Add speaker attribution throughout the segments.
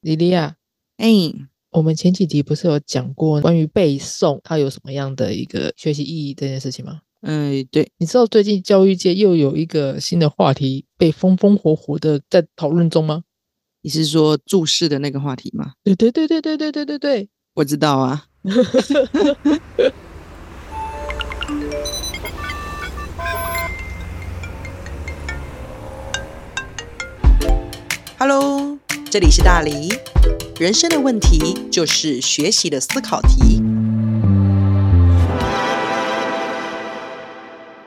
Speaker 1: 莉莉亚，
Speaker 2: 哎、
Speaker 1: 我们前几集不是有讲过关于背诵它有什么样的一个学习意义这件事情吗？
Speaker 2: 嗯、对，
Speaker 1: 你知道最近教育界又有一个新的话题被风风火火的在讨论中吗？
Speaker 2: 你是说注释的那个话题吗？
Speaker 1: 对对对对对对对对对，
Speaker 2: 我知道啊，Hello，这里是大黎。人生的问题就是学习的思考题。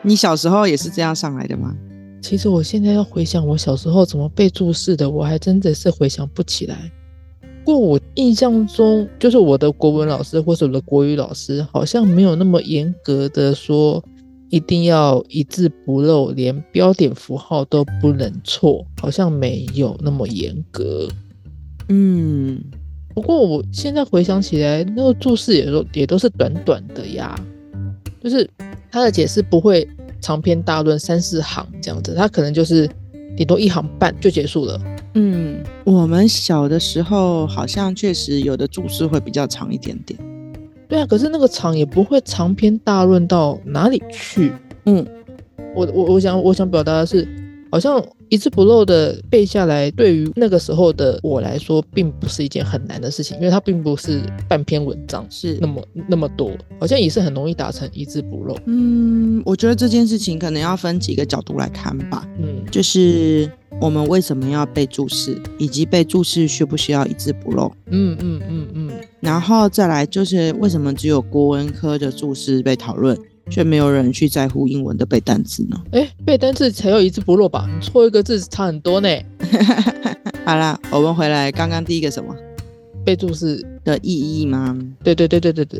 Speaker 2: 你小时候也是这样上来的吗？
Speaker 1: 其实我现在要回想我小时候怎么被注视的，我还真的是回想不起来。不过我印象中，就是我的国文老师或是我的国语老师，好像没有那么严格的说一定要一字不漏，连标点符号都不能错，好像没有那么严格。
Speaker 2: 嗯，
Speaker 1: 不过我现在回想起来，那个注释也都也都是短短的呀，就是它的解释不会长篇大论三四行这样子，它可能就是顶多一行半就结束了。
Speaker 2: 嗯，我们小的时候好像确实有的注释会比较长一点点。
Speaker 1: 对啊，可是那个长也不会长篇大论到哪里去。
Speaker 2: 嗯，
Speaker 1: 我我我想我想表达的是，好像一字不漏的背下来，对于那个时候的我来说，并不是一件很难的事情，因为它并不是半篇文章。
Speaker 2: 是
Speaker 1: 那么那么多，好像也是很容易达成一字不漏。
Speaker 2: 嗯，我觉得这件事情可能要分几个角度来看吧，
Speaker 1: 嗯，
Speaker 2: 就是我们为什么要被注释，以及被注释需不需要一字不漏。
Speaker 1: 嗯嗯嗯嗯，
Speaker 2: 然后再来就是为什么只有国文科的注释被讨论，却没有人去在乎英文的背单词呢？
Speaker 1: 哎，背单字才要一字不漏吧？你错一个字差很多呢。
Speaker 2: 好啦，我们回来刚刚第一个什么
Speaker 1: 备注是，
Speaker 2: 的意义吗？
Speaker 1: 对对对对对对，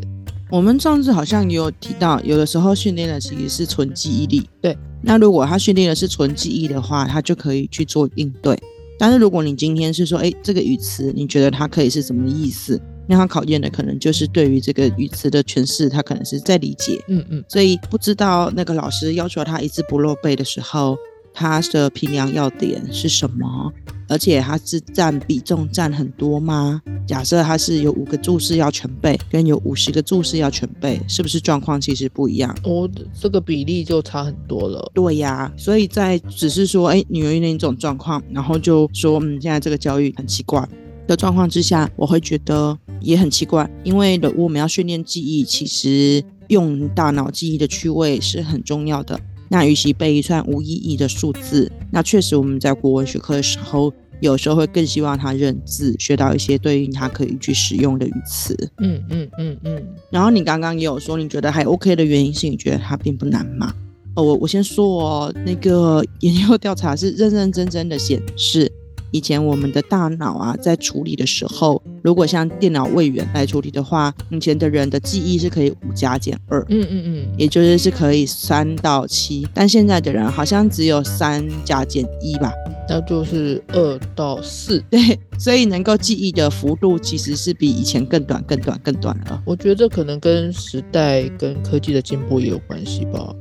Speaker 2: 我们上次好像也有提到，有的时候训练的其实是纯记忆力。
Speaker 1: 对，
Speaker 2: 那如果他训练的是纯记忆的话，他就可以去做应对。但是如果你今天是说，哎，这个语词你觉得它可以是什么意思？那他考验的可能就是对于这个语词的诠释，他可能是在理解。
Speaker 1: 嗯嗯，
Speaker 2: 所以不知道那个老师要求他一字不漏背的时候，他的评量要点是什么？而且他是占比重占很多吗？假设他是有五个注释要全背，跟有五十个注释要全背，是不是状况其实不一样？
Speaker 1: 我、这个比例就差很多了。
Speaker 2: 对呀，所以在只是说，哎，你有遇见这种状况，然后就说，嗯，现在这个教育很奇怪的状况之下，我会觉得也很奇怪，因为如果我们要训练记忆，其实用大脑记忆的区位是很重要的。那与其背一串无意义的数字，那确实我们在国文学科的时候，有时候会更希望他认字，学到一些对应他可以去使用的语词。
Speaker 1: 嗯嗯嗯嗯，
Speaker 2: 然后你刚刚也有说，你觉得还 OK 的原因是你觉得它并不难嘛？哦，我我先说哦，那个研究调查是认认真真的显示，以前我们的大脑啊，在处理的时候，如果像电脑位元来处理的话，以前的人的记忆是可以五加减二，
Speaker 1: 嗯嗯嗯，
Speaker 2: 也就是是可以三到七，但现在的人好像只有三加减一吧？
Speaker 1: 那就是二到四。
Speaker 2: 对，所以能够记忆的幅度其实是比以前更短、更短、更短了。
Speaker 1: 我觉得这可能跟时代、跟科技的进步也有关系吧。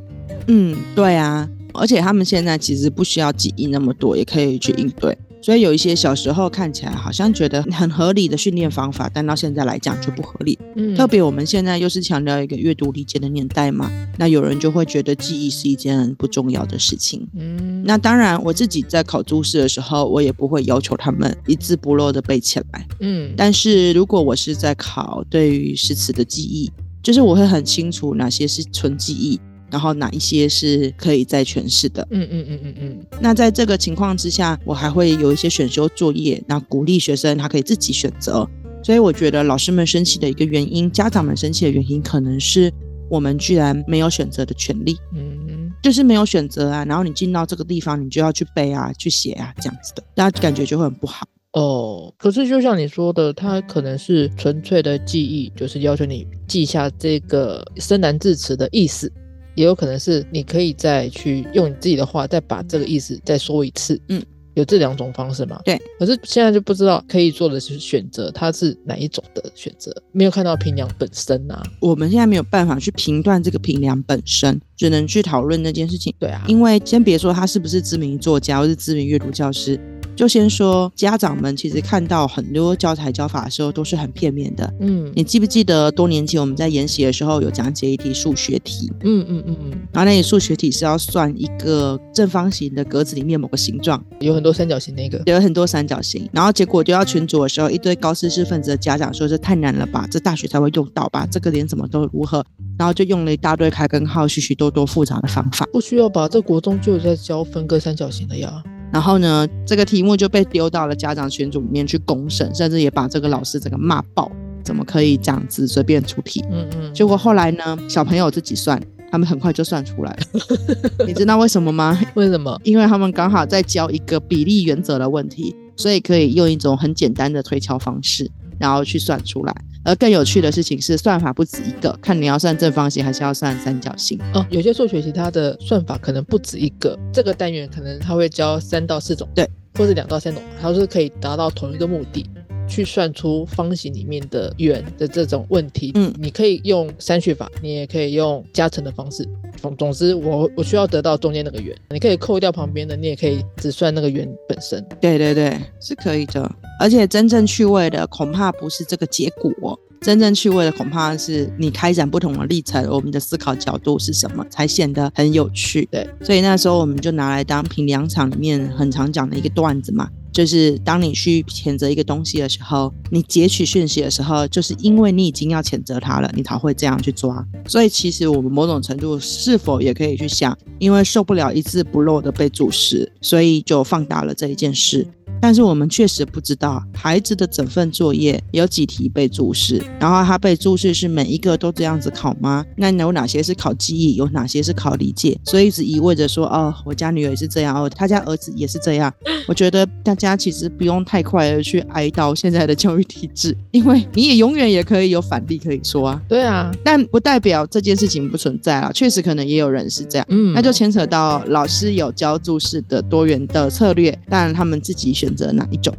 Speaker 2: 嗯，对啊，而且他们现在其实不需要记忆那么多，也可以去应对。所以有一些小时候看起来好像觉得很合理的训练方法，但到现在来讲就不合理。
Speaker 1: 嗯，
Speaker 2: 特别我们现在又是强调一个阅读理解的年代嘛，那有人就会觉得记忆是一件很不重要的事情。
Speaker 1: 嗯，
Speaker 2: 那当然，我自己在考注释的时候，我也不会要求他们一字不漏的背起来。
Speaker 1: 嗯，
Speaker 2: 但是如果我是在考对于诗词的记忆，就是我会很清楚哪些是纯记忆，然后哪一些是可以再诠释的。
Speaker 1: 嗯嗯嗯嗯嗯，
Speaker 2: 那在这个情况之下，我还会有一些选修作业，那鼓励学生他可以自己选择。所以我觉得老师们生气的一个原因，家长们生气的原因，可能是我们居然没有选择的权利，
Speaker 1: 嗯
Speaker 2: 就是没有选择啊。然后你进到这个地方，你就要去背啊，去写啊，这样子的，大家感觉就会很不好。
Speaker 1: 哦，可是就像你说的，它可能是纯粹的记忆，就是要求你记下这个深难字词的意思，也有可能是你可以再去用你自己的话，再把这个意思再说一次。
Speaker 2: 嗯，
Speaker 1: 有这两种方式嘛？
Speaker 2: 对。
Speaker 1: 可是现在就不知道可以做的是选择，它是哪一种的选择，没有看到平阳本身啊。
Speaker 2: 我们现在没有办法去评断这个评量本身，只能去讨论那件事情。
Speaker 1: 对啊，
Speaker 2: 因为先别说他是不是知名作家或是知名阅读教师，就先说家长们其实看到很多教材教法的时候都是很片面的。
Speaker 1: 嗯
Speaker 2: 你记不记得多年前我们在研习的时候有讲解一题数学题，
Speaker 1: 嗯嗯嗯
Speaker 2: 然后那题数学题是要算一个正方形的格子里面某个形状，
Speaker 1: 嗯，有很多三角形那个，
Speaker 2: 有很多三角形，然后结果丢到群组的时候，一堆高知识分子的家长说这太难了吧，这大学才会用到吧，这个连怎么都如何，然后就用了一大堆开根号、许许多多复杂的方法。
Speaker 1: 不需要吧？这国中就有在教分割三角形的呀。
Speaker 2: 然后呢，这个题目就被丢到了家长群组里面去公审，甚至也把这个老师整个骂爆，怎么可以这样子随便出题？
Speaker 1: 嗯嗯，
Speaker 2: 结果后来呢，小朋友自己算，他们很快就算出来 了。你知道为什么吗？
Speaker 1: 为什么？
Speaker 2: 因为他们刚好在教一个比例原则的问题，所以可以用一种很简单的推敲方式，然后去算出来。而更有趣的事情是，算法不止一个，看你要算正方形还是要算三角形。
Speaker 1: 哦，有些数学题它的算法可能不止一个，这个单元可能它会教三到四种，
Speaker 2: 对，
Speaker 1: 或者两到三种，它是可以达到同一个目的，去算出方形里面的圆的这种问题。
Speaker 2: 嗯
Speaker 1: 你可以用删去法，你也可以用加成的方式。总总之我，我需要得到中间那个圆，你可以扣掉旁边的，你也可以只算那个圆本身。
Speaker 2: 对对对，是可以的。而且真正趣味的恐怕不是这个结果，真正趣味的恐怕是你开展不同的历程，我们的思考角度是什么，才显得很有趣。
Speaker 1: 对，
Speaker 2: 所以那时候我们就拿来当评量场里面很常讲的一个段子嘛，就是当你去谴责一个东西的时候，你截取讯息的时候，就是因为你已经要谴责它了，你才会这样去抓。所以其实我们某种程度是否也可以去想，因为受不了一字不漏的被注视，所以就放大了这一件事。但是我们确实不知道孩子的整份作业有几题被注视，然后他被注视是每一个都这样子考吗？那有哪些是考记忆，有哪些是考理解？所以只意味着说，哦，我家女儿也是这样，哦，他家儿子也是这样。我觉得大家其实不用太快的去哀悼现在的教育体制， 因为你也永远也可以有反例可以说啊。
Speaker 1: 对啊，
Speaker 2: 但不代表这件事情不存在啦，啊确实可能也有人是这样。
Speaker 1: 嗯，
Speaker 2: 那就牵扯到老师有教注释的多元的策略，但他们自己选择哪一种。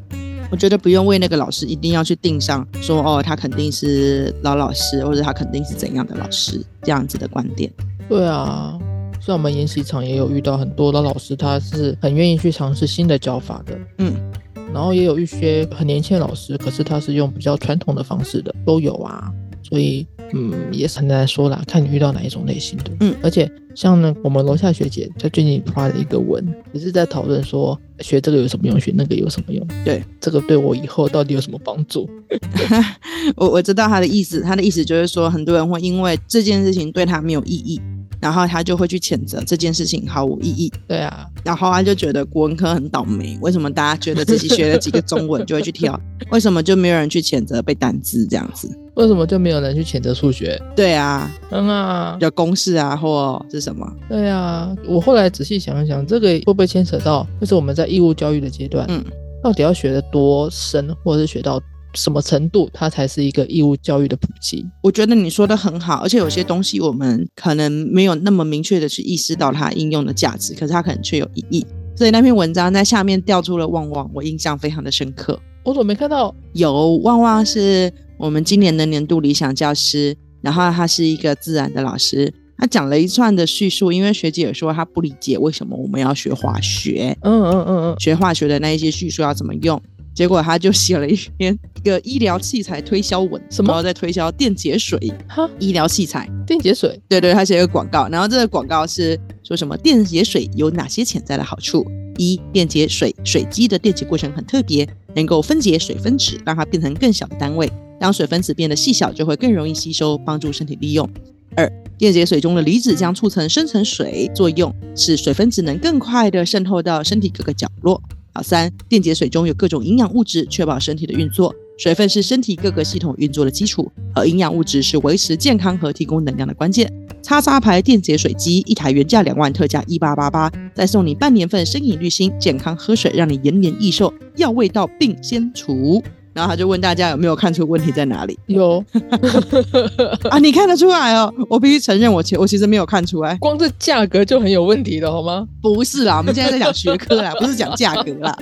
Speaker 2: 我觉得不用为那个老师一定要去定上说哦，他肯定是老老师，或者他肯定是怎样的老师这样子的观点。
Speaker 1: 对啊，像我们研习场也有遇到很多的老师，他是很愿意去尝试新的教法的，
Speaker 2: 嗯，
Speaker 1: 然后也有一些很年轻的老师，可是他是用比较传统的方式的，都有啊，所以嗯也是很难说啦，看你遇到哪一种类型的，
Speaker 2: 嗯，
Speaker 1: 而且像呢，我们楼下学姐她最近发了一个文，也是在讨论说学这个有什么用，学那个有什么用，
Speaker 2: 对，
Speaker 1: 这个对我以后到底有什么帮助？
Speaker 2: 我我知道他的意思，他的意思就是说，很多人会因为这件事情对他没有意义，然后他就会去谴责这件事情毫无意义，
Speaker 1: 对啊，
Speaker 2: 然后他就觉得国文科很倒霉，为什么大家觉得自己学了几个中文就会去挑， 为什么就没有人去谴责背单词这样子？
Speaker 1: 为什么就没有人去谴责数学？
Speaker 2: 对啊，
Speaker 1: 嗯啊，
Speaker 2: 有公式啊，或是什么？
Speaker 1: 对呀、我后来仔细想一想，这个会不会牵扯到，就是我们在义务教育的阶段，
Speaker 2: 嗯，
Speaker 1: 到底要学的多深，或者是学到什么程度，它才是一个义务教育的普及？
Speaker 2: 我觉得你说的很好，而且有些东西我们可能没有那么明确的去意识到它应用的价值，可是它可能却有意义。所以那篇文章在下面调出了旺旺，我印象非常的深刻。
Speaker 1: 我怎么没看到？
Speaker 2: 有旺旺是我们今年的年度理想教师，然后他是一个自然的老师。他讲了一串的叙述，因为学姐也说她不理解为什么我们要学化学，
Speaker 1: 嗯嗯嗯
Speaker 2: 学化学的那一些叙述要怎么用。结果他就写了一篇一个医疗器材推销文，
Speaker 1: 什么
Speaker 2: 然后在推销电解水
Speaker 1: 嗯，哈，
Speaker 2: 医疗器材。
Speaker 1: 电解水，
Speaker 2: 对对，他写了一个广告，然后这个广告是说什么电解水有哪些潜在的好处？一、电解水水基的电解过程很特别，能够分解水分子，让它变成更小的单位。当水分子变得细小，就会更容易吸收，帮助身体利用。二、电解水中的离子将促成生成水作用，使水分子能更快地渗透到身体各个角落。好，三、电解水中有各种营养物质，确保身体的运作。水分是身体各个系统运作的基础，而营养物质是维持健康和提供能量的关键。叉叉牌电解水机一台原价两万，特价一八八八，再送你半年份生饮滤芯，健康喝水，让你延年益寿，药味道病先除。然后他就问大家有没有看出问题在哪里
Speaker 1: 有，
Speaker 2: 啊？你看得出来哦，我必须承认我其我其实没有看出来。
Speaker 1: 光这价格就很有问题了，好吗？
Speaker 2: 不是啦，我们现在在讲学科啦， 不是讲价格啦。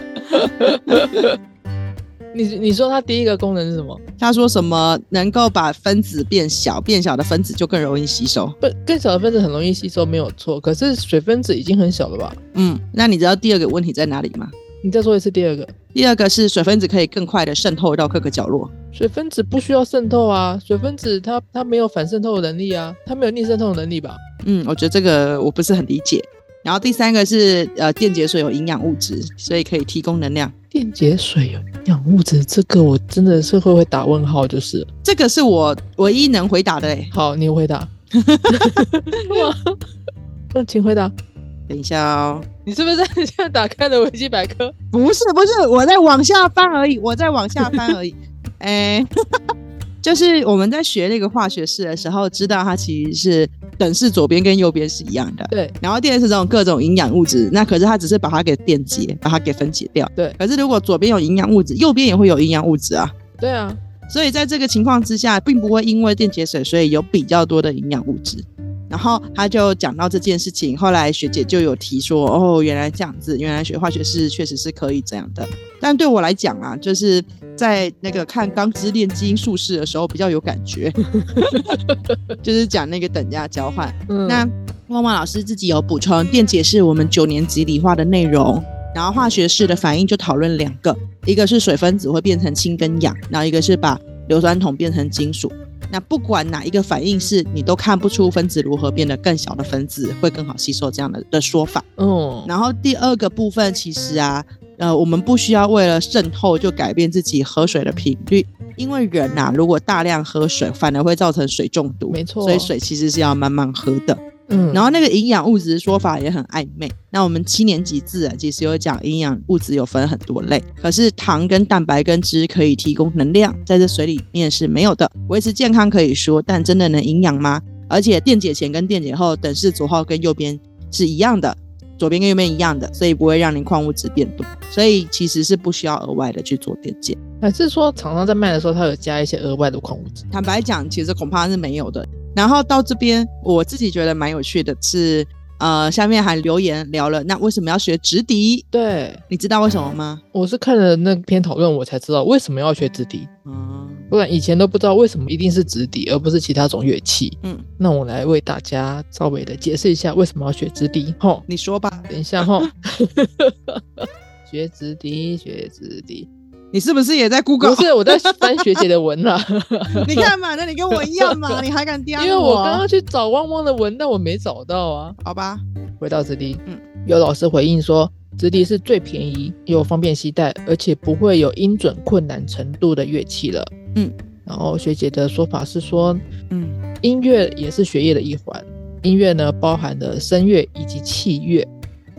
Speaker 1: 你你说它第一个功能是什么？
Speaker 2: 他说什么能够把分子变小，变小的分子就更容易吸收。
Speaker 1: 不，更小的分子很容易吸收，没有错。可是水分子已经很小了吧？
Speaker 2: 嗯，那你知道第二个问题在哪里吗？
Speaker 1: 你再说一次第二个，
Speaker 2: 第二个是水分子可以更快的渗透到各个角落。
Speaker 1: 水分子不需要渗透啊，水分子它它没有反渗透的能力啊，它没有逆渗透的能力吧？
Speaker 2: 嗯，我觉得这个我不是很理解。然后第三个是呃，电解水有营养物质，所以可以提供能量。
Speaker 1: 电解水有营养物质，这个我真的是会会打问号，就是了
Speaker 2: 这个是我唯一能回答的欸诶。
Speaker 1: 好，你 回答。哇那请回答，
Speaker 2: 等一下哦，
Speaker 1: 你是不是在现在打开了维基百科？
Speaker 2: 不是不是，我在往下翻而已，我在往下翻而已。 哎，就是我们在学那个化学式的时候，知道它其实是等式左边跟右边是一样的。
Speaker 1: 对，
Speaker 2: 然后电是这种各种营养物质，那可是它只是把它给电解，把它给分解掉。
Speaker 1: 对
Speaker 2: 可是如果左边有营养物质，右边也会有营养物质啊。
Speaker 1: 对啊，
Speaker 2: 所以在这个情况之下，并不会因为电解水，所以有比较多的营养物质。然后他就讲到这件事情，后来学姐就有提说，哦，原来这样子，原来学化学是确实是可以这样的。但对我来讲啊，就是在那个看《钢之炼金术士》的时候比较有感觉， 就是讲那个等价交换。
Speaker 1: 嗯，
Speaker 2: 那旺旺老师自己有补充，电解是我们九年级理化的内容，然后化学式的反应就讨论两个，一个是水分子会变成氢跟氧，然后一个是把硫酸铜变成金属。那不管哪一个反应是你都看不出分子如何变得更小的分子会更好吸收这样的的说法。
Speaker 1: 嗯，
Speaker 2: 然后第二个部分，其实啊，呃，我们不需要为了渗透就改变自己喝水的频率，因为人呐、如果大量喝水，反而会造成水中毒。
Speaker 1: 没错
Speaker 2: 所以水其实是要慢慢喝的。
Speaker 1: 嗯，
Speaker 2: 然
Speaker 1: 后
Speaker 2: 后那个营养物质说法也很暧昧。那我们七年级自然其实有讲营养物质有分很多类，可是糖跟蛋白跟脂可以提供能量，在这水里面是没有的。维持健康可以说，但真的能营养吗？而且电解前跟电解后等式左后跟右边是一样的，左边跟右边一样的，所以不会让您矿物质变多。所以其实是不需要额外的去做电解。
Speaker 1: 还是说厂商在卖的时候，它有加一些额外的矿物质？
Speaker 2: 坦白讲，其实恐怕是没有的。然后到这边，我自己觉得蛮有趣的是，呃，下面还留言聊了，那为什么要学直笛？
Speaker 1: 对，
Speaker 2: 你知道为什么吗？
Speaker 1: 我是看了那篇讨论，我才知道为什么要学直笛，
Speaker 2: 嗯，
Speaker 1: 不然以前都不知道为什么一定是直笛，而不是其他种乐器。
Speaker 2: 嗯，
Speaker 1: 那我来为大家稍微的解释一下为什么要学直笛。吼，
Speaker 2: 你说吧，
Speaker 1: 等一下吼， 学直笛，学直笛，
Speaker 2: 你是不是也在
Speaker 1: 不
Speaker 2: Google？
Speaker 1: 是我在翻学姐的文啦，
Speaker 2: 你看嘛，那你跟我一样 嘛，你还敢刁
Speaker 1: 因
Speaker 2: 我？啊
Speaker 1: 为我刚刚去找汪汪的文，但我没找到啊。
Speaker 2: 好吧，
Speaker 1: 回到直笛，
Speaker 2: 嗯，
Speaker 1: 有老师回应说，直笛是最便宜又方便携带，而且不会有音准困难程度的乐器了。
Speaker 2: 嗯，
Speaker 1: 然后学姐的说法是说，
Speaker 2: 嗯
Speaker 1: 音乐也是学业的一环，音乐呢包含了声乐以及器乐。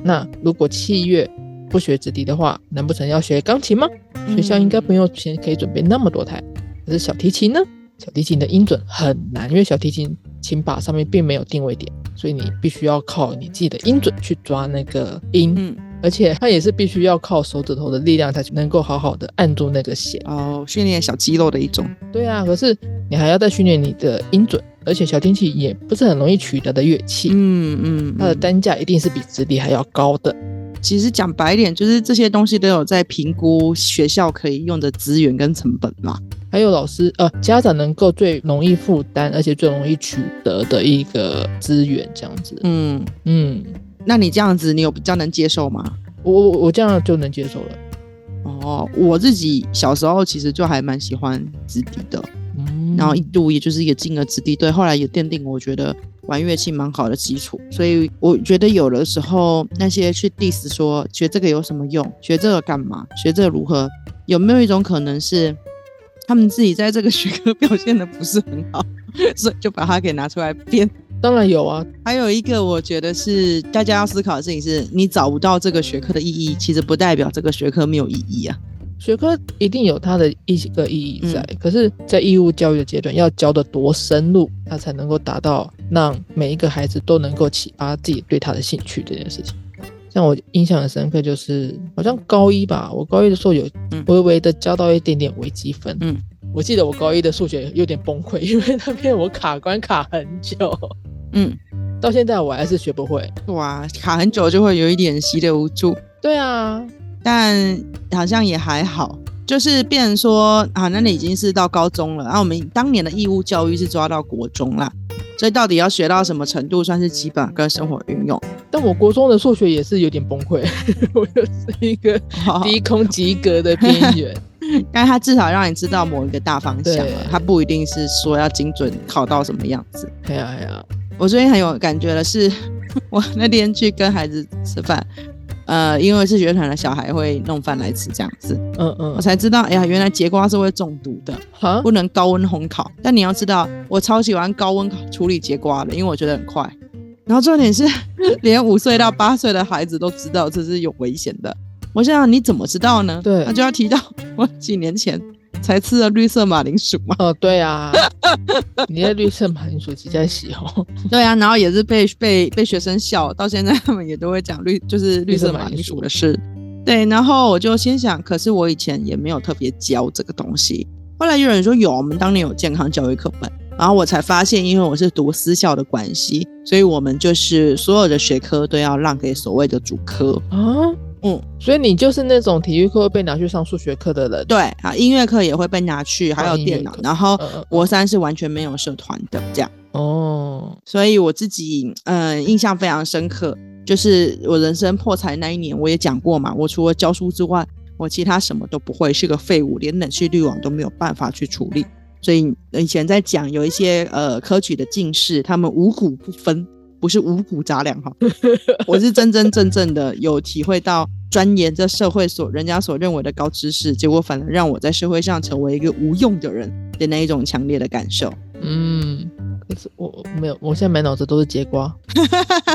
Speaker 1: 那如果器乐不学直笛的话，难不成要学钢琴吗？
Speaker 2: 嗯
Speaker 1: 学校应该没有钱可以准备那么多台。可是小提琴呢？小提琴的音准很难，因为小提琴琴把上面并没有定位点，所以你必须要靠你自己的音准去抓那个音，
Speaker 2: 嗯
Speaker 1: 而且它也是必须要靠手指头的力量才能够好好的按住那个弦。
Speaker 2: 哦，训练小肌肉的一种。
Speaker 1: 对啊，可是你还要再训练你的音准，而且小提琴也不是很容易取得的乐器，
Speaker 2: 嗯嗯，
Speaker 1: 它的单价一定是比直笛还要高的。
Speaker 2: 其实讲白一点，就是这些东西都有在评估学校可以用的资源跟成本啦。
Speaker 1: 还有老师呃家长能够最容易负担，而且最容易取得的一个资源，这样子。
Speaker 2: 嗯，
Speaker 1: 嗯，
Speaker 2: 那你这样子，你有比较能接受吗？
Speaker 1: 我我我这样就能接受了。
Speaker 2: 哦，我自己小时候其实就还蛮喜欢直笛的，
Speaker 1: 嗯
Speaker 2: 然后一度也就是也进了直笛队，后来也奠定我觉得玩乐器蛮好的基础。所以我觉得有的时候那些去 diss 说学这个有什么用，学这个干嘛，学这个如何，有没有一种可能是他们自己在这个学科表现的不是很好， 所以就把它给拿出来编？
Speaker 1: 当然有啊，
Speaker 2: 还有一个我觉得是大家要思考的事情是，你找不到这个学科的意义，其实不代表这个学科没有意义啊。
Speaker 1: 学科一定有它的一些个意义在，
Speaker 2: 嗯
Speaker 1: 可是，在义务教育的阶段，要教的多深入，它才能够达到让每一个孩子都能够启发自己对他的兴趣这件事情。像我印象很深刻，就是好像高一吧，我高一的时候有
Speaker 2: 嗯
Speaker 1: 微微的教到一点点微积分。
Speaker 2: 嗯，
Speaker 1: 我记得我高一的数学有点崩溃，因为那边我卡关卡很久，
Speaker 2: 嗯，
Speaker 1: 到现在我还是学不会。
Speaker 2: 哇，啊卡很久就会有一点习得无助，
Speaker 1: 对啊，
Speaker 2: 但好像也还好。就是变啊成说，啊，那你已经是到高中了，然、后我们当年的义务教育是抓到国中啦，所以到底要学到什么程度算是基本跟生活运用？
Speaker 1: 但我国中的数学也是有点崩溃， 我就是一个低空及格的边 缘。
Speaker 2: 哦但它至少让你知道某一个大方向
Speaker 1: 对
Speaker 2: 了，它不一定是说要精准考到什么样子。
Speaker 1: 哎呀哎呀，
Speaker 2: 我最近很有感觉的是， 我那天去跟孩子吃饭，呃，因为是学团的小孩会弄饭来吃这样子，
Speaker 1: 嗯
Speaker 2: 我
Speaker 1: 嗯，
Speaker 2: 才知道，哎呀，原来节瓜是会中毒的，
Speaker 1: 哈，
Speaker 2: 不能高温烘烤。但你要知道，我超喜欢高温处理节瓜的，因为我觉得很快。然后重点是，连五岁到八岁的孩子都知道这是有危险的。我想想，你怎么知道呢？
Speaker 1: 对
Speaker 2: 那就要提到我几年前才吃了绿色马铃薯嘛。
Speaker 1: 哦，对 啊，你在绿色马铃薯几在洗哦？
Speaker 2: 对啊，然后也是被被被学生笑，到现在他们也都会讲绿， 就是绿色马铃薯的事。对，然后我就心想，可是我以前也没有特别教这个东西。后来有人说有，我们当年有健康教育课本，然后我才发现，因为我是读私校的关系，所以我们就是所有的学科都要让给所谓的主科。
Speaker 1: 啊，
Speaker 2: 嗯，
Speaker 1: 所以你就是那种体育课会被拿去上数学课的人。
Speaker 2: 对啊，音乐课也会被拿去，还有
Speaker 1: 音乐
Speaker 2: 电脑
Speaker 1: 课。
Speaker 2: 然后
Speaker 1: 嗯嗯
Speaker 2: 国三是完全没有社团的这样。
Speaker 1: 哦，
Speaker 2: 所以我自己嗯、呃印象非常深刻，就是我人生破财那一年，我也讲过嘛，我除了教书之外，我其他什么都不会，是个废物，连冷气滤网都没有办法去处理。所以以前在讲有一些呃科举的进士，他们五谷不分，不是五谷杂粮哈，我是真真正正的有体会到钻研这社会所人家所认为的高知识，结果反而让我在社会上成为一个无用的人的那一种强烈的感受。
Speaker 1: 嗯，可是我我没有，我现在满脑子都是节瓜。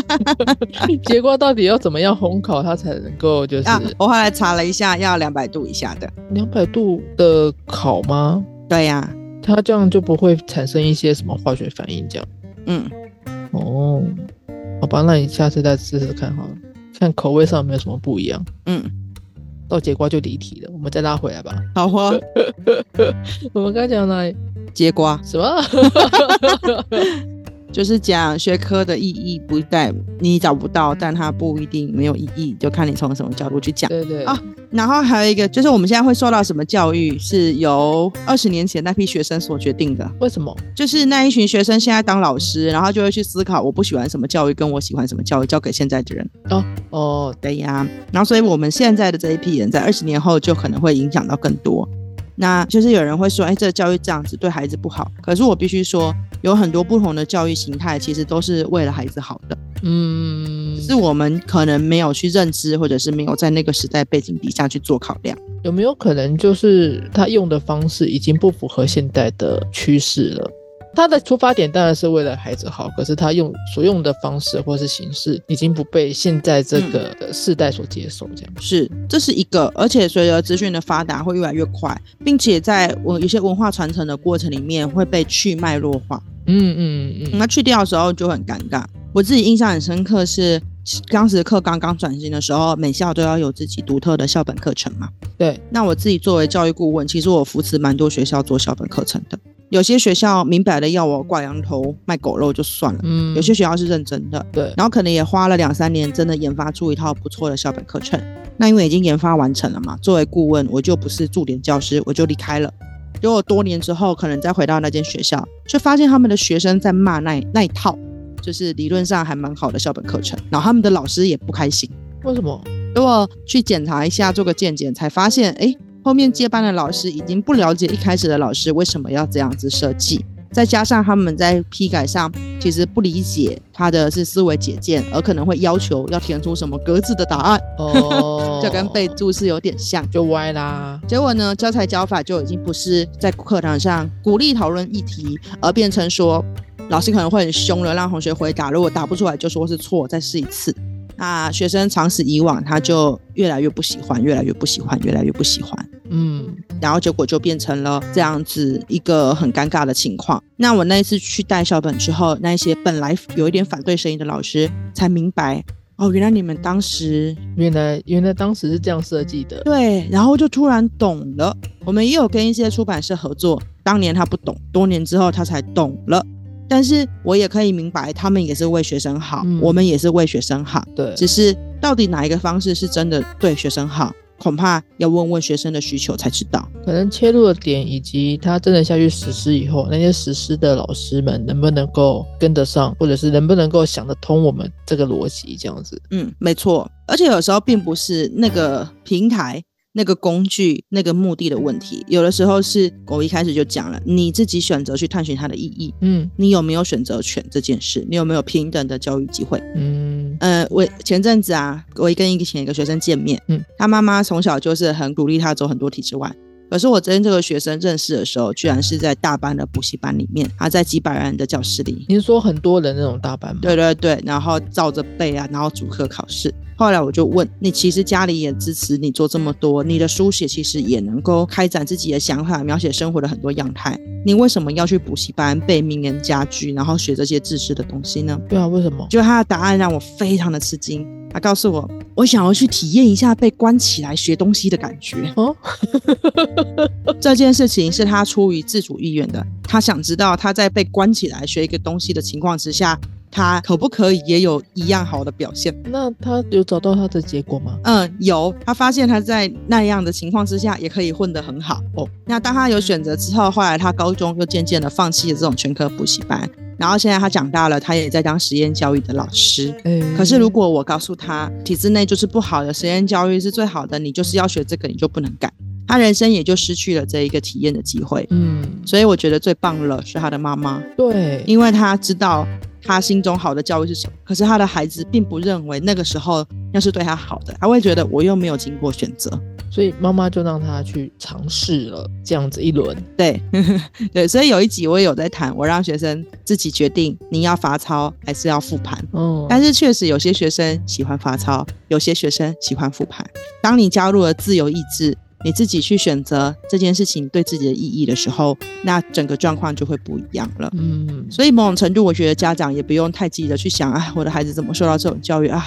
Speaker 1: 节瓜到底要怎么样烘烤它才能够就是
Speaker 2: 啊，我后来查了一下，要两百度以下的。
Speaker 1: 两百度的烤吗？
Speaker 2: 对呀、
Speaker 1: 它这样就不会产生一些什么化学反应这样。
Speaker 2: 嗯，
Speaker 1: 哦，好吧，那你下次再试试看好了，看口味上有没有什么不一样。
Speaker 2: 嗯，
Speaker 1: 到节瓜就离题了，我们再拉回来吧。
Speaker 2: 好哦，
Speaker 1: 我们刚才讲到哪里？
Speaker 2: 结瓜
Speaker 1: 什么？
Speaker 2: 就是讲学科的意义不在你找不到，但它不一定没有意义，就看你从什么角度去讲。
Speaker 1: 对对
Speaker 2: 啊然后还有一个就是我们现在会受到什么教育，是由二十年前那批学生所决定的。
Speaker 1: 为什么？
Speaker 2: 就是那一群学生现在当老师，然后就会去思考我不喜欢什么教育，跟我喜欢什么教育，交给现在的人。
Speaker 1: 哦，
Speaker 2: 对呀，然后所以我们现在的这一批人，在二十年后就可能会影响到更多。那就是有人会说，哎，这个教育这样子对孩子不好。可是我必须说，有很多不同的教育形态，其实都是为了孩子好的，
Speaker 1: 嗯，
Speaker 2: 是我们可能没有去认知，或者是没有在那个时代背景底下去做考量。
Speaker 1: 有没有可能就是他用的方式已经不符合现代的趋势了？他的出发点当然是为了孩子好，可是他用所用的方式或是形式已经不被现在这
Speaker 2: 嗯
Speaker 1: 个呃世代所接受，这样。
Speaker 2: 是，这是一个，而且随着资讯的发达会越来越快，并且在我有些文化传承的过程里面会被去脉络化。
Speaker 1: 嗯嗯嗯
Speaker 2: 那去掉的时候就很尴尬。我自己印象很深刻是，当时课刚刚转型的时候，每校都要有自己独特的校本课程嘛。
Speaker 1: 对，
Speaker 2: 那我自己作为教育顾问，其实我扶持蛮多学校做校本课程的。有些学校明摆的要我挂羊头卖狗肉就算了，
Speaker 1: 嗯，
Speaker 2: 有些学校是认真的，
Speaker 1: 对，
Speaker 2: 然后可能也花了两三年，真的研发出一套不错的校本课程。那因为已经研发完成了嘛，作为顾问，我就不是驻点教师，我就离开了。结果多年之后，可能再回到那间学校，就发现他们的学生在骂那那一套，就是理论上还蛮好的校本课程，然后他们的老师也不开心。
Speaker 1: 为什么？
Speaker 2: 如果去检查一下，做个鉴检，才发现，哎，后面接班的老师已经不了解一开始的老师为什么要这样子设计，再加上他们在批改上其实不理解他的是思维解见，而可能会要求要填出什么格子的答案，，
Speaker 1: 哦
Speaker 2: 这跟备注是有点像。
Speaker 1: 就歪啦。
Speaker 2: 结果呢，教材教法就已经不是在课堂上鼓励讨论议题，而变成说老师可能会很凶的让同学回答，如果答不出来就说是错，再试一次。那学生长此以往，他就越来越不喜欢，越来越不喜欢，越来越不喜欢。
Speaker 1: 嗯，
Speaker 2: 然后结果就变成了这样子一个很尴尬的情况。那我那一次去带校本之后，那一些本来有一点反对声音的老师才明白，哦，原来你们当时
Speaker 1: 原来原来当时是这样设计的。
Speaker 2: 对，然后就突然懂了。我们也有跟一些出版社合作，当年他不懂，多年之后他才懂了。但是我也可以明白，他们也是为学生好，
Speaker 1: 嗯
Speaker 2: 我们也是为学生好，
Speaker 1: 对，
Speaker 2: 只是到底哪一个方式是真的对学生好，恐怕要问问学生的需求才知道。
Speaker 1: 可能切入的点以及他真的下去实施以后，那些实施的老师们能不能够跟得上，或者是能不能够想得通我们这个逻辑这样子。
Speaker 2: 嗯，没错。而且有时候并不是那个平台、那个工具、那个目的的问题，有的时候是我一开始就讲了，你自己选择去探寻它的意义，
Speaker 1: 嗯
Speaker 2: 你有没有选择权这件事，你有没有平等的教育机会？
Speaker 1: 嗯
Speaker 2: 呃，我前阵子啊，我跟以前一个学生见面，
Speaker 1: 嗯
Speaker 2: 嗯，他妈妈从小就是很鼓励他走很多体制外。可是我跟这个学生认识的时候，居然是在大班的补习班里面，他在几百人的教室里，
Speaker 1: 您说很多人那种大班吗？
Speaker 2: 对对对，然后照着背啊，然后主科考试。后来我就问你，其实家里也支持你做这么多，你的书写其实也能够开展自己的想法，描写生活的很多样态。你为什么要去补习班背名言佳句，然后学这些自私的东西呢？
Speaker 1: 对啊，为什么？
Speaker 2: 就他的答案让我非常的吃惊。他告诉我，我想要去体验一下被关起来学东西的感觉。
Speaker 1: 哦，
Speaker 2: 这件事情是他出于自主意愿的，他想知道他在被关起来学一个东西的情况之下，他可不可以也有一样好的表现？
Speaker 1: 那他有找到他的结果吗？
Speaker 2: 嗯，有。他发现他在那样的情况之下也可以混得很好哦。那当他有选择之后，后来他高中又渐渐的放弃了这种全科补习班，然后现在他长大了，他也在当实验教育的老师。
Speaker 1: 哎、
Speaker 2: 可是如果我告诉他体制内就是不好的，实验教育是最好的，你就是要学这个，你就不能改，他人生也就失去了这一个体验的机会。
Speaker 1: 嗯，
Speaker 2: 所以我觉得最棒了是他的妈妈，
Speaker 1: 对，
Speaker 2: 因为他知道他心中好的教育是什么，可是他的孩子并不认为那个时候那是对他好的，他会觉得我又没有经过选择。
Speaker 1: 所以妈妈就让他去尝试了这样子一轮。
Speaker 2: 对， 对，所以有一集我也有在谈，我让学生自己决定你要罚抄还是要复盘。
Speaker 1: 嗯，
Speaker 2: 但是确实有些学生喜欢罚抄，有些学生喜欢复盘。当你加入了自由意志，你自己去选择这件事情对自己的意义的时候，那整个状况就会不一样了。
Speaker 1: 嗯，
Speaker 2: 所以某种程度，我觉得家长也不用太急着去想啊，我的孩子怎么受到这种教育啊，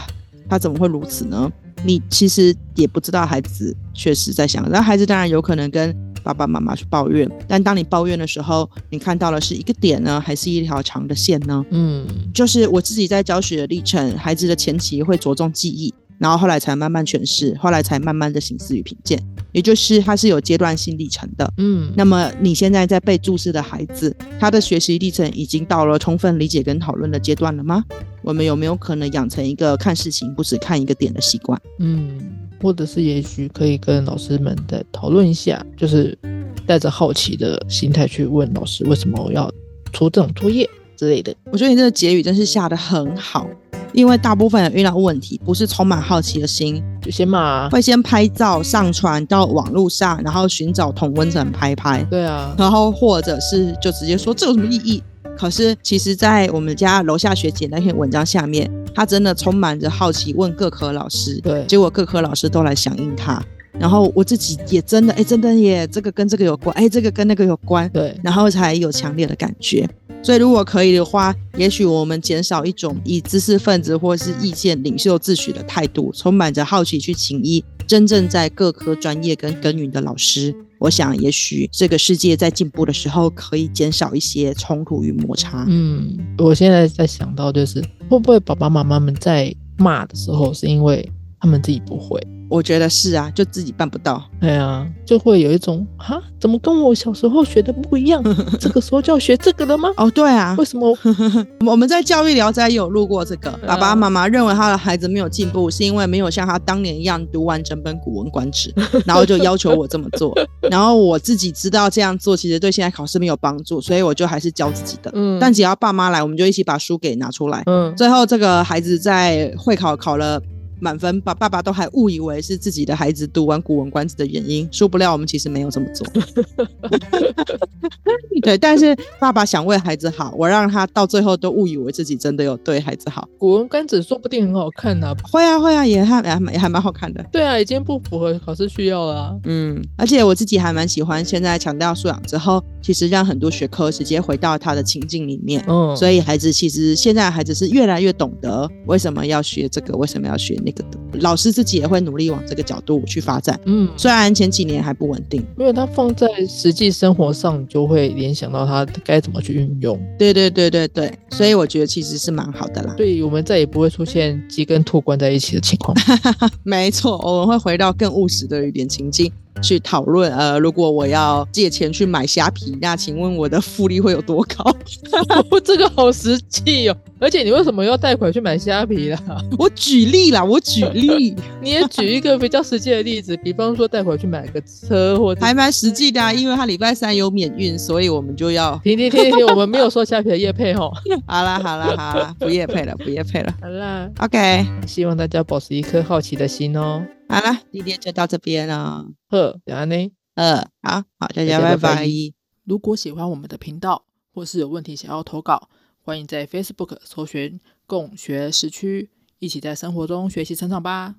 Speaker 2: 他怎么会如此呢？你其实也不知道孩子确实在想，那孩子当然有可能跟爸爸妈妈去抱怨，但当你抱怨的时候，你看到的是一个点呢，还是一条长的线呢？
Speaker 1: 嗯，
Speaker 2: 就是我自己在教学的历程，孩子的前期会着重记忆，然后后来才慢慢诠释，后来才慢慢的形式与评鉴，也就是它是有阶段性历程的。
Speaker 1: 嗯，
Speaker 2: 那么你现在在被注视的孩子，他的学习历程已经到了充分理解跟讨论的阶段了吗？我们有没有可能养成一个看事情不只看一个点的习惯？
Speaker 1: 嗯，或者是也许可以跟老师们再讨论一下，就是带着好奇的心态去问老师为什么我要出这种作业之类的。
Speaker 2: 我觉得你这个结语真是下得很好，因为大部分人遇到问题不是充满好奇的心，
Speaker 1: 就先骂、啊，
Speaker 2: 会先拍照上传到网络上，然后寻找同温层拍拍。
Speaker 1: 对啊，
Speaker 2: 然后或者是就直接说这有什么意义？可是其实，在我们家楼下学姐那篇文章下面，她真的充满着好奇，问各科老师，
Speaker 1: 对
Speaker 2: 结果各科老师都来响应她。然后我自己也真的，哎，真的耶，这个跟这个有关，哎，这个跟那个有关，
Speaker 1: 对，
Speaker 2: 然后才有强烈的感觉。所以，如果可以的话，也许我们减少一种以知识分子或是意见领袖自诩的态度，充满着好奇去请益真正在各科专业跟耕耘的老师。我想，也许这个世界在进步的时候，可以减少一些冲突与摩擦。
Speaker 1: 嗯，我现在在想到就是会不会爸爸妈妈们在骂的时候是因为他们自己不会。
Speaker 2: 我觉得是啊，就自己办不到。
Speaker 1: 对啊，就会有一种啊，怎么跟我小时候学的不一样？ 这个时候就要学这个了吗？
Speaker 2: 哦，对啊
Speaker 1: 为，什么？
Speaker 2: 我们在教育聊斋也有录过这个，
Speaker 1: 对啊
Speaker 2: 爸爸妈妈认为他的孩子没有进步，是因为没有像他当年一样读完整本《古文观止》，然后就要求我这么做。然后我自己知道这样做其实对现在考试没有帮助，所以我就还是教自己的。
Speaker 1: 嗯
Speaker 2: 但只要爸妈来，我们就一起把书给拿出来。
Speaker 1: 嗯，
Speaker 2: 最后这个孩子在会考考了。满分，把爸爸都还误以为是自己的孩子读完《古文观止》的原因，殊不料我们其实没有这么做。 对，但是爸爸想为孩子好，我让他到最后都误以为自己真的有对孩子好。
Speaker 1: 古文观止说不定很好看呐、
Speaker 2: 会啊，会啊，也还还蛮也还蛮好看的。
Speaker 1: 对啊，已经不符合考试需要了、啊。
Speaker 2: 嗯，而且我自己还蛮喜欢现在强调素养之后，其实让很多学科直接回到他的情境里面。
Speaker 1: 嗯，
Speaker 2: 所以孩子其实现在孩子是越来越懂得为什么要学这个，为什么要学那个的。老师自己也会努力往这个角度去发展，
Speaker 1: 嗯，
Speaker 2: 虽然前几年还不稳定。
Speaker 1: 因为它放在实际生活上，你就会联想到它该怎么去运用，
Speaker 2: 对对对对对，所以我觉得其实是蛮好的啦。
Speaker 1: 所以我们再也不会出现鸡跟兔关在一起的情况。
Speaker 2: 没错，我们会回到更务实的一点情境去讨论。呃，如果我要借钱去买虾皮，那请问我的复利会有多高？
Speaker 1: 这个好实际哦！而且你为什么要贷款去买虾皮啦？
Speaker 2: 我举例啦，我举例，
Speaker 1: 你也举一个比较实际的例子，比方说贷款去买个车，或者
Speaker 2: 还蛮实际的、啊，因为他礼拜三有免运，所以我们就要
Speaker 1: 停停停停停，我们没有说虾皮的业配哦。
Speaker 2: 好啦好啦好啦，不夜配了不夜配了。
Speaker 1: 好啦，
Speaker 2: OK，
Speaker 1: 希望大家保持一颗好奇的心哦。
Speaker 2: 好啦，今天就到这边了。
Speaker 1: 呵，然后呢？
Speaker 2: 呃，好好，大家
Speaker 1: 大家
Speaker 2: 拜
Speaker 1: 拜拜。
Speaker 2: 拜
Speaker 1: 如果喜欢我们的频道，或是有问题想要投稿，欢迎在 Facebook 搜寻“共学时区”，一起在生活中学习成长吧。